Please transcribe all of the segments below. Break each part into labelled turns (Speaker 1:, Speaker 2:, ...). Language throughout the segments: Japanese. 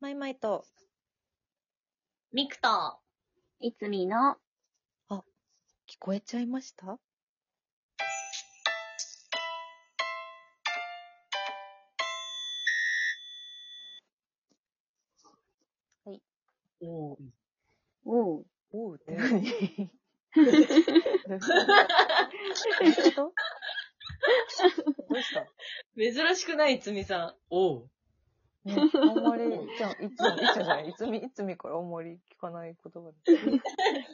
Speaker 1: マイマイと、
Speaker 2: ミクと、いつみの、
Speaker 1: 聞こえちゃいました
Speaker 3: お
Speaker 2: おう。
Speaker 1: おうって。どう
Speaker 2: 何
Speaker 1: いうことどうした
Speaker 3: 珍しくない、つみさん。おう。
Speaker 1: ね、あんまり、じゃあ、いつも、いつもじゃない、いつみ、いつみからあんまり聞かない言葉で。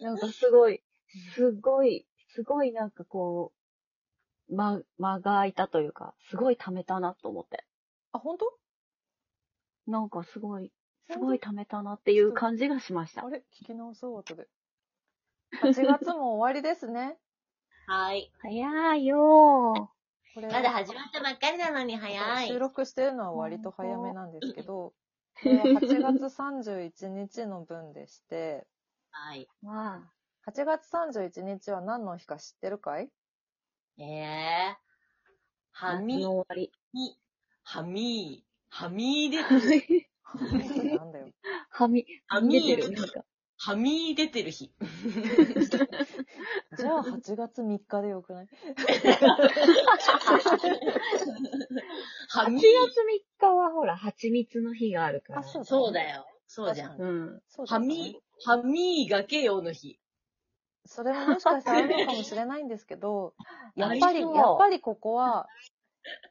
Speaker 2: なんかすごい、すごい、すごいなんかこう、ま、間が空いたというか、すごい溜めたなと思って。
Speaker 1: あ、本当
Speaker 2: なんかすごい、すごい溜めたなっていう感じがしました
Speaker 1: あ。れ聞き直そう、後で。8月も終わりですね。
Speaker 4: はい。
Speaker 2: 早いよ
Speaker 1: これ
Speaker 4: まだ始まったばっかりなのに早い
Speaker 1: 収。録してるのは割と早めなんですけど、これは8月31日の分でして、
Speaker 4: はい。
Speaker 2: ー。わあ。
Speaker 1: 8月31日は何の日か知って るかい
Speaker 4: ええは
Speaker 2: 夏
Speaker 4: み、
Speaker 2: の終わ り。
Speaker 3: はみー。はみー出てる。
Speaker 1: なんだよ。
Speaker 2: はみ、
Speaker 3: は
Speaker 2: 見
Speaker 3: み
Speaker 2: えて
Speaker 3: ー出
Speaker 2: る。
Speaker 3: て
Speaker 2: な
Speaker 3: る。
Speaker 2: んか
Speaker 3: はみー出てる日。
Speaker 1: じゃあ8月3日でよくない
Speaker 3: は
Speaker 2: 8
Speaker 3: み
Speaker 2: 月
Speaker 3: ー。
Speaker 2: 3日はほら、蜂蜜の日があるから。
Speaker 1: あそう
Speaker 4: そうだよ。そうじゃん。
Speaker 2: うん。
Speaker 1: そうだ
Speaker 3: は
Speaker 1: ね
Speaker 3: みー、はみーがけよの日。
Speaker 1: それももしかしたらあるのかもしれないんですけど、やっ ぱ
Speaker 4: あり
Speaker 1: り、や
Speaker 4: そう
Speaker 1: っぱりここは、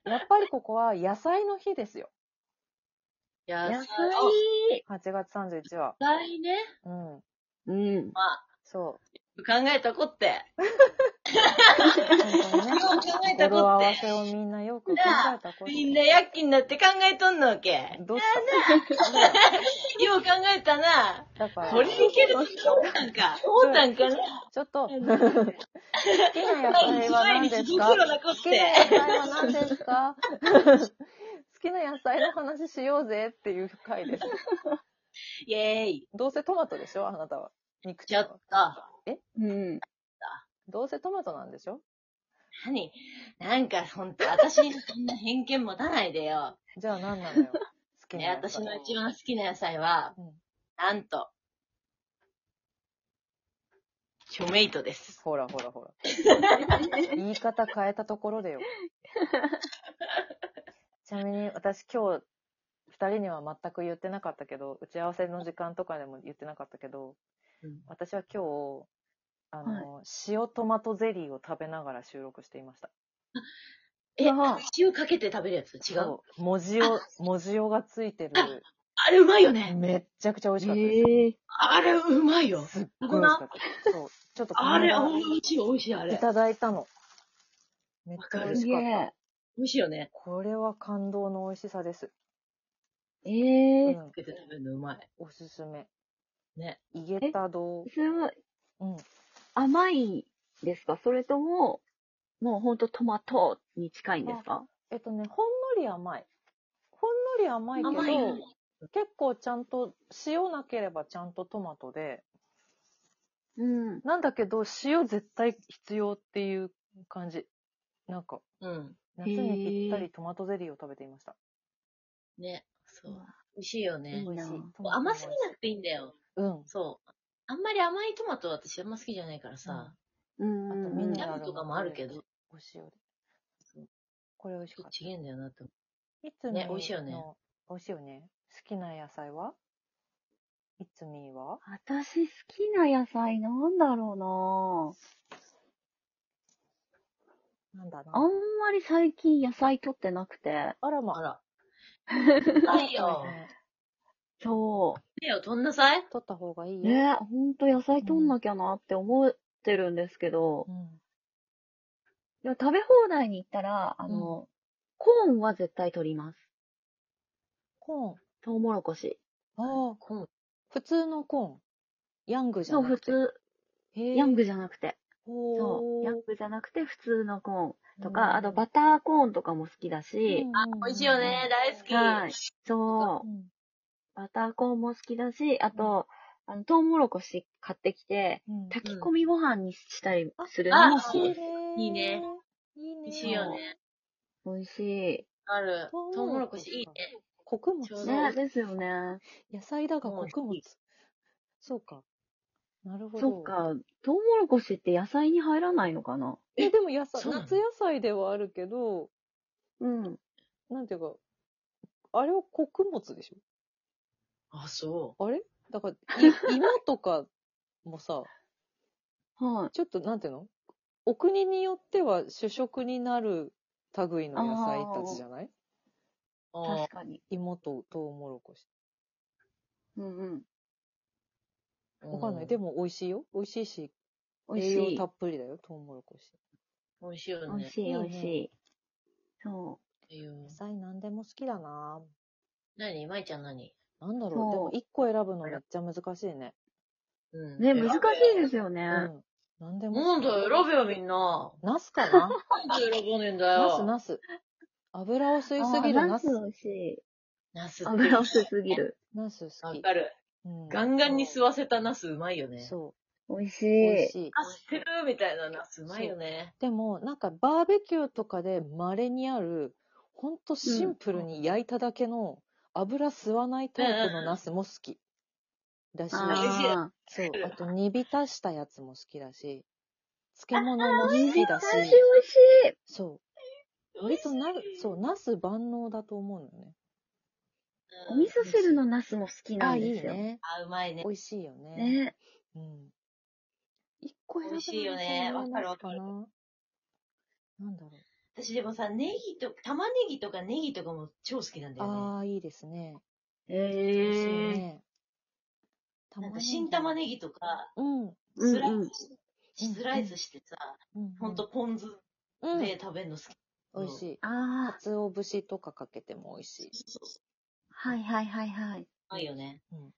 Speaker 1: やっぱりここは野菜の日ですよ。
Speaker 4: いや
Speaker 2: 野菜
Speaker 1: 8月31日は。
Speaker 4: 野菜ね。
Speaker 1: うん。
Speaker 2: うん。
Speaker 4: まあ、
Speaker 1: そ
Speaker 4: 考えたこって。
Speaker 1: う。本当に
Speaker 4: よ
Speaker 1: ね。
Speaker 4: う考えた
Speaker 1: 語呂合
Speaker 4: こっ
Speaker 1: わ
Speaker 4: て。
Speaker 1: せをみんなよく考えたこと。
Speaker 4: みんな躍起になって考えとんのわけ。
Speaker 1: どうした
Speaker 4: よう考えたな。
Speaker 1: だ から、
Speaker 4: これいけると思ったんか。思ったんかな。
Speaker 1: ちょっと、好きな野菜は何です
Speaker 4: 一
Speaker 1: か
Speaker 4: 枚に一袋残
Speaker 1: 好
Speaker 4: っ
Speaker 1: きな
Speaker 4: て。
Speaker 1: 野菜は何です か好きな野菜の話しようぜっていう回です。
Speaker 4: イェーイ。
Speaker 1: どうせトマトでしょあなたは。肉
Speaker 4: ちょ
Speaker 1: ゃ
Speaker 4: っ
Speaker 1: ん
Speaker 4: と
Speaker 1: は。。
Speaker 2: うん。
Speaker 1: どうせトマトなんでしょ
Speaker 4: 何なんかほんと、私にそんな偏見持たないでよ。
Speaker 1: じゃあ何なのよ。好き
Speaker 4: ね、
Speaker 1: な野
Speaker 4: 私
Speaker 1: 菜。
Speaker 4: の一番好きな野菜は、
Speaker 1: うん
Speaker 4: なんと、チョメイトです。
Speaker 1: ほらほらほら。言い方変えたところ でよ。ちなみに私今日、二人には全く言ってなかったけど、打ち合わせの時間とかでも言ってなかったけど、
Speaker 4: うん
Speaker 1: 私は今日、あの、塩トマトゼリーを食べながら収録していました。
Speaker 4: え
Speaker 2: わあ、
Speaker 4: 塩かけて食べるやつ違う。
Speaker 1: そう。文字を、文字をがつ いてる。
Speaker 4: あれうまいよね。
Speaker 1: めっちゃくちゃ美味しかったで す。
Speaker 2: ええ
Speaker 4: あれうまいよ。
Speaker 1: すっごい美味しかった。そう。ちょっとこの
Speaker 4: あ
Speaker 1: 間
Speaker 4: れ、あれ美味しい、美味しい、あれ
Speaker 1: い。ただいたの。めっちゃ
Speaker 4: わか
Speaker 1: 美
Speaker 4: る
Speaker 1: 味
Speaker 2: す
Speaker 1: しか
Speaker 2: げ
Speaker 1: った。
Speaker 2: え。
Speaker 4: 美味しいよね。
Speaker 1: これは感動の美味しさです。
Speaker 2: え
Speaker 1: う
Speaker 2: え
Speaker 1: ん
Speaker 4: か、けて食べるのうまい。
Speaker 1: おすすめ。
Speaker 4: ね。
Speaker 1: イゲタ堂。
Speaker 2: すごい。
Speaker 1: うん。
Speaker 2: 甘いですかそれとも、もうほんとトマトに近いんですか
Speaker 1: えっとね、ほんのり甘い。ほんのり甘いけど、
Speaker 4: 甘いよね
Speaker 1: 結構ちゃんと、塩なければちゃんとトマトで、
Speaker 2: うん。
Speaker 1: なんだけど、塩絶対必要っていう感じ。なんか、
Speaker 4: うん。
Speaker 1: 夏にぴったりトマトゼリーを食べていました。
Speaker 4: ね。そう
Speaker 2: う
Speaker 4: う
Speaker 2: わ。
Speaker 4: 美味しいよ
Speaker 2: いい
Speaker 4: ね。
Speaker 2: な
Speaker 1: 美味しい。
Speaker 4: 甘すぎなくていいんだよ。
Speaker 1: うん。
Speaker 4: そう。あんまり甘いトマトは私あんま好きじゃないからさ。
Speaker 2: うん
Speaker 1: あと
Speaker 2: う
Speaker 1: ミ
Speaker 2: ん
Speaker 1: ネ
Speaker 4: ジ
Speaker 1: ラ
Speaker 4: ャ
Speaker 1: ル
Speaker 4: ムとかもあるけ
Speaker 1: そ
Speaker 4: ど、
Speaker 1: お塩で。これ美味し
Speaker 4: ちょ
Speaker 1: かっ
Speaker 4: ったと。違えんだよなって思
Speaker 1: いつみ
Speaker 4: ね美味しいよね
Speaker 1: の。美味しいよね。好きな野菜はいつみは
Speaker 2: 私好きな野菜なんだろ
Speaker 1: なんだな
Speaker 2: うなあんまり最近野菜取ってなくて。
Speaker 1: あら
Speaker 4: う。あ
Speaker 1: ま。
Speaker 4: ら。うまいよ。
Speaker 2: そ。
Speaker 4: ねよ、飛んなさい。
Speaker 1: 取った方がいいうよ。
Speaker 2: ねほんと野菜取んなきゃなって思ってるんですけど
Speaker 1: う。ん。
Speaker 2: でも食べ放題に行ったら、あの、コーンは絶対取ります。
Speaker 1: コ
Speaker 2: トウモロコシ。
Speaker 1: ーン。ああ。
Speaker 4: コーン
Speaker 1: 普通のコーン。ヤングじゃ
Speaker 2: そう、
Speaker 1: な
Speaker 2: 普
Speaker 1: くて。
Speaker 2: 通。
Speaker 1: へ
Speaker 2: ヤングじゃなくて。そ
Speaker 1: ほ
Speaker 2: う。
Speaker 1: ー
Speaker 2: ヤングじゃなくて普通のコーンとか、
Speaker 1: うん
Speaker 2: あとバターコーンとかも好きだし、
Speaker 4: あ、美味しいよね。。大好き。
Speaker 2: はい。そうう。
Speaker 1: ん
Speaker 2: バターコーンも好きだし、あと、あの、トウモロコシ買ってきて、
Speaker 1: うんうん。
Speaker 2: 炊き込みご飯にしたりする
Speaker 4: あ
Speaker 2: のも
Speaker 4: あ
Speaker 2: 好
Speaker 4: き
Speaker 2: き。
Speaker 1: い
Speaker 4: い
Speaker 1: い
Speaker 4: い
Speaker 1: ね
Speaker 4: ね。
Speaker 1: いいね。
Speaker 4: 美味しいよね。
Speaker 2: 美味しい。
Speaker 4: ある。
Speaker 1: トウモロコ
Speaker 4: トウモロコシ
Speaker 1: シ
Speaker 4: いいね。
Speaker 1: 穀物
Speaker 3: ちょうど
Speaker 2: ね、ですよね。
Speaker 1: 野菜だが
Speaker 3: もう
Speaker 1: 穀物。そうか。なるほど。
Speaker 2: そっか、トウモロコシって野菜に入らないのかな
Speaker 1: え、でも野菜、
Speaker 3: そうなの
Speaker 1: 夏野菜ではあるけど、
Speaker 2: うん。
Speaker 1: なんていうか、あれは穀物でし
Speaker 3: あ、そ。
Speaker 1: ょあれだから、い芋とかもさ、
Speaker 2: はい。
Speaker 1: ちょっとなんていうのお国によっては主食になる類の野菜たちじゃないう
Speaker 3: あ
Speaker 2: 確かに。
Speaker 1: 芋とトウモロコシ。
Speaker 2: うんうん。
Speaker 3: ー
Speaker 1: わかんない。
Speaker 3: う
Speaker 1: でも美味しいよ。美味しいし、
Speaker 2: 美味し
Speaker 1: 栄養
Speaker 2: い
Speaker 1: た。っぷりだよ、トウモロコシ。
Speaker 3: 美味しいよ
Speaker 2: 美
Speaker 3: ね
Speaker 2: 味。しい、
Speaker 1: いい
Speaker 2: 美
Speaker 1: よね
Speaker 2: 味しい。そ
Speaker 3: っていう
Speaker 1: 野菜何でも好きだな
Speaker 3: 何まいちゃん何
Speaker 1: なんだろう。で
Speaker 2: そう
Speaker 1: も一個選ぶのめっちゃ難しいね。
Speaker 3: う。
Speaker 2: う。ね、難しいですすよ
Speaker 1: う
Speaker 2: ね。
Speaker 1: ん。何でも
Speaker 3: な
Speaker 1: 好
Speaker 3: ん
Speaker 1: き
Speaker 3: だよ、選べよみんな。
Speaker 1: ナスかな
Speaker 3: なんで選ばねえんだ
Speaker 1: ナス、
Speaker 3: よ。
Speaker 1: ナス。油を吸いすぎ
Speaker 2: あ
Speaker 1: る
Speaker 2: ー
Speaker 1: ナ
Speaker 2: ナス
Speaker 1: ス
Speaker 2: 美。味しい。
Speaker 3: ナスって。
Speaker 2: 油を吸いすぎる。
Speaker 1: ナス好
Speaker 3: わ
Speaker 1: き。
Speaker 3: かる。
Speaker 1: うん
Speaker 3: ガンガンに吸わせたナスうまいよね。
Speaker 1: そう。
Speaker 2: 美味し
Speaker 1: 美味
Speaker 2: い。
Speaker 1: しい。
Speaker 3: あ、知ってるみたいなナスうまいよね。
Speaker 1: でも、なんかバーベキューとかで稀にある、ほんとシンプルに焼いただけの油吸わないタイプのナスも好き。だし、
Speaker 2: あ
Speaker 3: 美味しい
Speaker 2: あ
Speaker 1: そう
Speaker 3: う。ん
Speaker 1: あと、煮浸したやつも好きだし、漬物も好きだ
Speaker 2: ー、、
Speaker 1: し
Speaker 2: 美味しい、美味しい。
Speaker 1: そう。割とな、そう、ナス万能だと思うのよね。
Speaker 2: お味噌汁のナスも好きな
Speaker 1: あ、
Speaker 2: ん
Speaker 1: いい
Speaker 2: ですよ。
Speaker 1: ね。
Speaker 4: あ、うまいね。
Speaker 1: 美味しいよね。
Speaker 2: ね。
Speaker 1: うん。一個選ぶ
Speaker 4: 美
Speaker 1: の
Speaker 4: 味しいよね
Speaker 1: に
Speaker 4: わかるわかる
Speaker 1: ななんだろう。
Speaker 4: 私でもさ、ネギと、玉ねぎとかネギとかも超好きなんだよね。
Speaker 1: ああ、いいですね。美味しい
Speaker 2: ええ。
Speaker 1: ね。
Speaker 4: なんか新玉ね
Speaker 1: ぎ。
Speaker 4: ぎとか、
Speaker 1: う
Speaker 2: う
Speaker 1: ん。
Speaker 2: ん
Speaker 4: スライ
Speaker 2: うん
Speaker 4: スして、スライスしてさ、
Speaker 1: うん
Speaker 4: ほんとポン酢
Speaker 1: うん。
Speaker 4: で食べるの好き。
Speaker 1: 美味しい。
Speaker 2: ああ、
Speaker 1: 鰹節とかかけても美味しい。
Speaker 4: そうそう
Speaker 2: はいはいはいはい。
Speaker 4: うまいよね。
Speaker 1: うん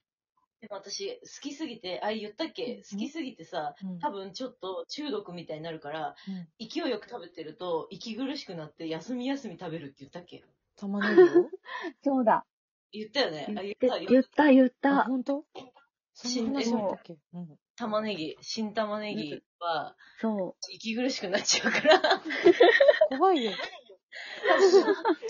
Speaker 4: でも私、好きすぎて、あれ言ったっけ好きすぎてさ、
Speaker 1: うん
Speaker 4: 多分ちょっと中毒みたいになるから、
Speaker 1: うん
Speaker 4: 勢いよく食べてると、息苦しくなって、休み休み食べるって言ったっけ
Speaker 1: 玉ねぎを
Speaker 2: そうだ。
Speaker 4: 言ったよね。あ、
Speaker 2: 言
Speaker 4: 言
Speaker 2: っ
Speaker 4: った、
Speaker 2: て
Speaker 4: 言
Speaker 2: 言
Speaker 4: っ。
Speaker 2: ったた言っ
Speaker 1: あ、
Speaker 2: た。
Speaker 1: 本当そんな
Speaker 4: 死んで
Speaker 1: そ
Speaker 4: る
Speaker 1: うだっけうん。
Speaker 4: 玉ねぎ、新玉ねぎは、
Speaker 2: そ
Speaker 4: 息苦しくなっちゃうから、
Speaker 1: 怖いよ。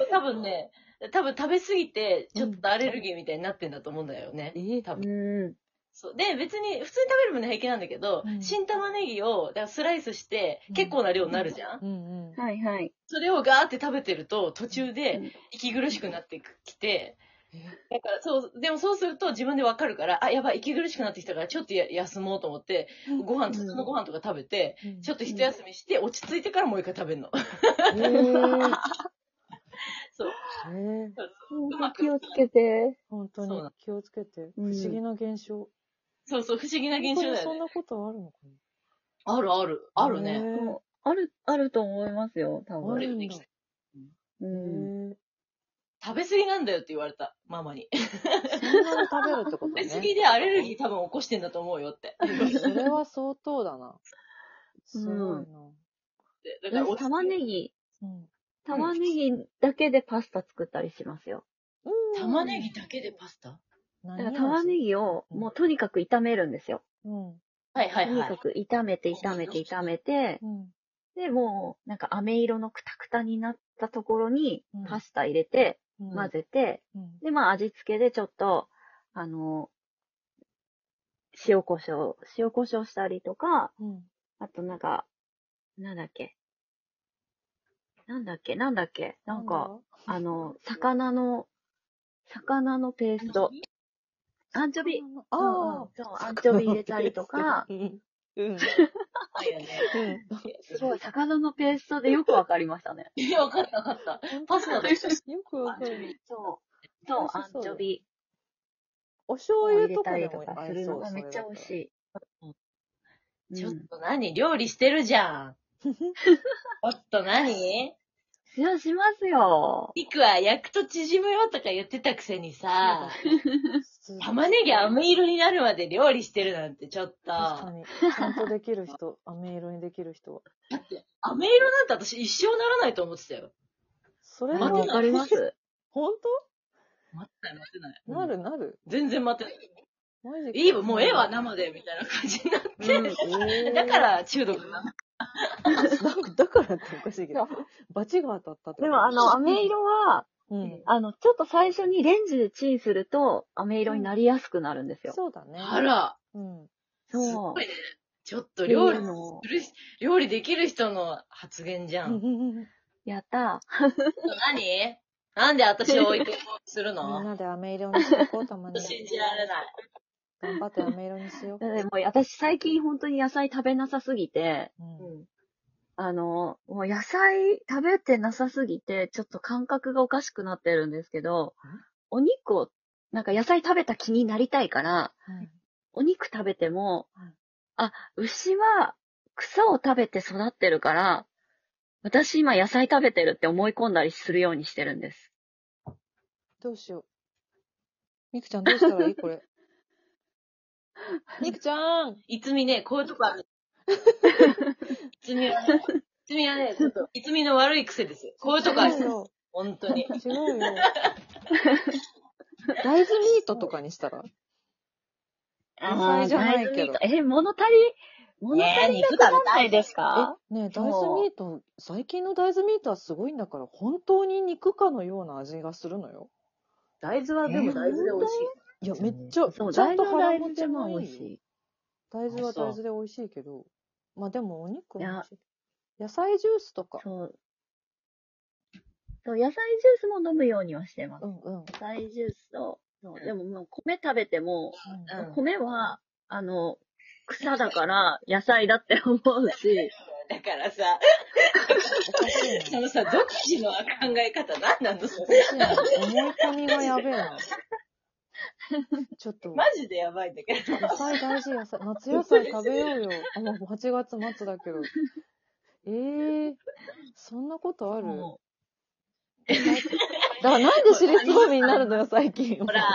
Speaker 4: 多分ね、多分食べ過ぎて、ちょっとアレルギーみたいになってんだと思うんだよね。
Speaker 1: えー
Speaker 4: 多
Speaker 2: う。う
Speaker 4: 分。
Speaker 2: ん。
Speaker 4: そう。で、別に、普通に食べる分には平気なんだけど、
Speaker 1: うん
Speaker 4: 新玉ねぎを、だからスライスして
Speaker 1: うん、
Speaker 4: 結構な量になるじゃん、
Speaker 1: うんうん。
Speaker 2: はいはい。
Speaker 4: それをガーって食べてると、途中
Speaker 2: う
Speaker 4: で
Speaker 2: ん
Speaker 4: 息苦しくなってきて、
Speaker 1: え
Speaker 4: だからそう、でもそうすると自分でわかるから、あ、やばい、息苦しくなってきたから、ちょっとや休もうと思って、ご飯、
Speaker 2: うん
Speaker 4: 普通のご飯とか食べて、
Speaker 1: うん
Speaker 4: ちょっと一休みして、落ち着いてからもう一回食べるの。
Speaker 2: えー、
Speaker 4: そう。
Speaker 1: えー
Speaker 2: 本
Speaker 4: うま
Speaker 2: 当
Speaker 4: く
Speaker 2: 気をつけて。
Speaker 1: 本当
Speaker 4: そう
Speaker 1: に
Speaker 4: なの
Speaker 1: 気をつけて。不
Speaker 2: うん
Speaker 1: 思議な現象。
Speaker 4: そうそう、不思議な現象
Speaker 1: 本当に
Speaker 4: だ
Speaker 1: そ
Speaker 4: よ
Speaker 1: ん
Speaker 4: ね。
Speaker 1: なことあるのか
Speaker 4: あるある、
Speaker 1: な
Speaker 4: あるね。
Speaker 1: へー
Speaker 2: もうある、あると思いますよ、多
Speaker 1: あ
Speaker 4: あ
Speaker 2: 分。
Speaker 4: れ
Speaker 1: るんだ
Speaker 2: う
Speaker 1: へ
Speaker 2: ん。
Speaker 1: ー
Speaker 4: 食べ過ぎなんだよって言われた、ママに。
Speaker 1: そんなに食べるってこと
Speaker 4: 食べ過
Speaker 1: ね。
Speaker 4: ぎでアレルギー多分起こしてんだと思うよって。
Speaker 1: それは相当だな。すごいな。
Speaker 4: でだから、
Speaker 2: 私玉ね
Speaker 4: ぎ。
Speaker 2: ぎ、
Speaker 1: うん。
Speaker 2: 玉ねぎだけでパスタ作ったりしますよ。
Speaker 4: 玉ねぎだけでパスタ
Speaker 2: だから玉ね
Speaker 1: ぎ。
Speaker 2: ぎをもうとにかく炒めるんですよ。
Speaker 1: うん。
Speaker 4: はいは
Speaker 2: と
Speaker 4: い
Speaker 2: に
Speaker 4: は
Speaker 2: か
Speaker 4: い。
Speaker 2: く炒めて炒めて炒めて、
Speaker 1: うん。
Speaker 2: で、もうなんか飴色のクタクタになったところに
Speaker 1: うん
Speaker 2: パスタ入れて、
Speaker 1: うん
Speaker 2: 混ぜて、
Speaker 1: うん
Speaker 2: で、まあ味付けでちょっと、あの、塩胡椒、塩胡椒したりとか、
Speaker 1: うん。
Speaker 2: あとなんか、なんだっけ。なんだっけ、なんだっけ、なんか、あの、魚の、魚のペースト。アンチョビ。
Speaker 1: なんだ。
Speaker 2: うんう
Speaker 1: あ
Speaker 2: んそう、アンチョビ入れたりとか
Speaker 1: あ。、うん。うん。
Speaker 4: はいよね。
Speaker 2: すごい、魚のペーストでよくわかりましたね。
Speaker 4: いや、 わかったわかった。パスタと一緒に
Speaker 1: よくわかる。
Speaker 2: そう。そう、
Speaker 1: 美
Speaker 2: ア
Speaker 1: 味しそう
Speaker 2: ンチョビ
Speaker 1: お醤
Speaker 2: を入
Speaker 1: 油
Speaker 2: れ
Speaker 1: と
Speaker 2: た
Speaker 1: かで
Speaker 2: りと
Speaker 1: も
Speaker 2: か
Speaker 1: 合
Speaker 2: す
Speaker 1: い
Speaker 2: るのが
Speaker 1: そう。
Speaker 2: めっちゃ美味しい。
Speaker 4: ち
Speaker 2: う
Speaker 4: ょっ
Speaker 2: ん
Speaker 4: と何料理してるじゃん。ちょっと何
Speaker 2: いや、しますよ。
Speaker 4: 肉は焼くと縮むよとか言ってたくせにさ、
Speaker 1: それだったら。
Speaker 4: 玉ねぎ飴色になるまで料理してるなんてちょっと。
Speaker 1: 確か
Speaker 4: 飴
Speaker 1: に。ちゃんとできる人、飴色にできる人は。
Speaker 4: 色なんて私一生ならないと思ってたよ。
Speaker 1: それ
Speaker 2: あ
Speaker 1: は
Speaker 2: わかります。
Speaker 1: 本
Speaker 4: 待ってない待ってない。
Speaker 1: 当なるなる。
Speaker 4: 全然待ってない。
Speaker 1: マジか
Speaker 4: いいわ、もうええわ、生で、みたいな感じになって。
Speaker 1: え ー
Speaker 4: だか、ら中毒なの。
Speaker 1: だだからっておかしいけど、バチが当たったってこと
Speaker 2: でも、あの、飴色は、
Speaker 1: うん。
Speaker 2: あの、ちょっと最初にレンジでチンすると、飴色になりやすくなるんですよ。
Speaker 1: そうだね。
Speaker 5: あら、
Speaker 1: うん。
Speaker 4: す
Speaker 2: そ
Speaker 4: ごいね。ちょっと
Speaker 2: う。
Speaker 4: 料
Speaker 2: っ
Speaker 4: 理
Speaker 2: ていうのを
Speaker 4: するし、料理できる人の発言じゃん。
Speaker 2: やった
Speaker 4: 何なんで私を置いてこうとする
Speaker 1: みん
Speaker 4: の
Speaker 1: なで飴色にしていこう、たまに。
Speaker 4: 信じられない。
Speaker 1: 頑張って飴色にしよ
Speaker 2: ー。でも私最近本当に野菜食べなさすぎて、
Speaker 1: う。うん
Speaker 2: あの、もう野菜食べてなさすぎて、ちょっと感覚がおかしくなってるんですけど、お肉を、なんか野菜食べた気になりたいから、
Speaker 1: うん
Speaker 2: お肉食べても
Speaker 1: うん、
Speaker 2: あ、牛は草を食べて育ってるから、私今野菜食べてるって思い込んだりするようにしてるんです。
Speaker 1: どうしよう。みくちゃんどうしたらいいこれ。みくちゃん
Speaker 4: いつみね、こういうとこある。 いつみはね、いつみはね、ちょっと、いつみの悪い癖ですよ。こういうとこある。
Speaker 1: よ。
Speaker 4: 本当に。
Speaker 1: 違うよ。大豆ミートとかにしたら野菜じゃないけど
Speaker 2: あー大豆ミートえ、物足り、物足りなくなんないですか、
Speaker 1: え、ねえ大豆ミート、最近の大豆ミートはすごいんだから、本当に肉かのような味がするのよ。
Speaker 4: 大豆はでも大豆で美味しい。
Speaker 1: いや、
Speaker 4: そう
Speaker 1: め
Speaker 4: ね
Speaker 1: っちゃ、
Speaker 2: そう、
Speaker 1: ちゃん
Speaker 2: 大
Speaker 1: と
Speaker 2: 豆は大
Speaker 1: 腹持
Speaker 2: 豆
Speaker 1: ち
Speaker 2: で
Speaker 1: も
Speaker 2: も
Speaker 1: い
Speaker 2: 美
Speaker 1: い
Speaker 2: 味し
Speaker 1: よ。
Speaker 2: い。
Speaker 1: 大豆は
Speaker 4: あそう
Speaker 1: 大豆で美味しいけど、まあでもお肉も美
Speaker 2: いや
Speaker 1: 味しい。野菜ジュースとか。
Speaker 2: そう。そう、野菜ジュースも飲むようにはしてます
Speaker 1: う。んうん。
Speaker 2: 野菜ジュースと、そう
Speaker 4: うん
Speaker 2: でももう米食べても、
Speaker 4: うん
Speaker 2: 米は、あの、草だから野菜だって思うし、
Speaker 4: だからさ、
Speaker 1: おかしい
Speaker 4: そ
Speaker 1: な。
Speaker 4: のさ、独自の考え方何なのそ
Speaker 1: お
Speaker 4: れ
Speaker 1: かしいな。思い込みがやべえな。ちょっ と。
Speaker 4: マジでやばいんだけど。
Speaker 1: 野菜大事、野菜。夏野菜食べようよ。あ、もう8月末だけど。ええそんなことある
Speaker 2: もう
Speaker 1: だからなんで尻すぼみになるのよ、最近。
Speaker 4: ほら。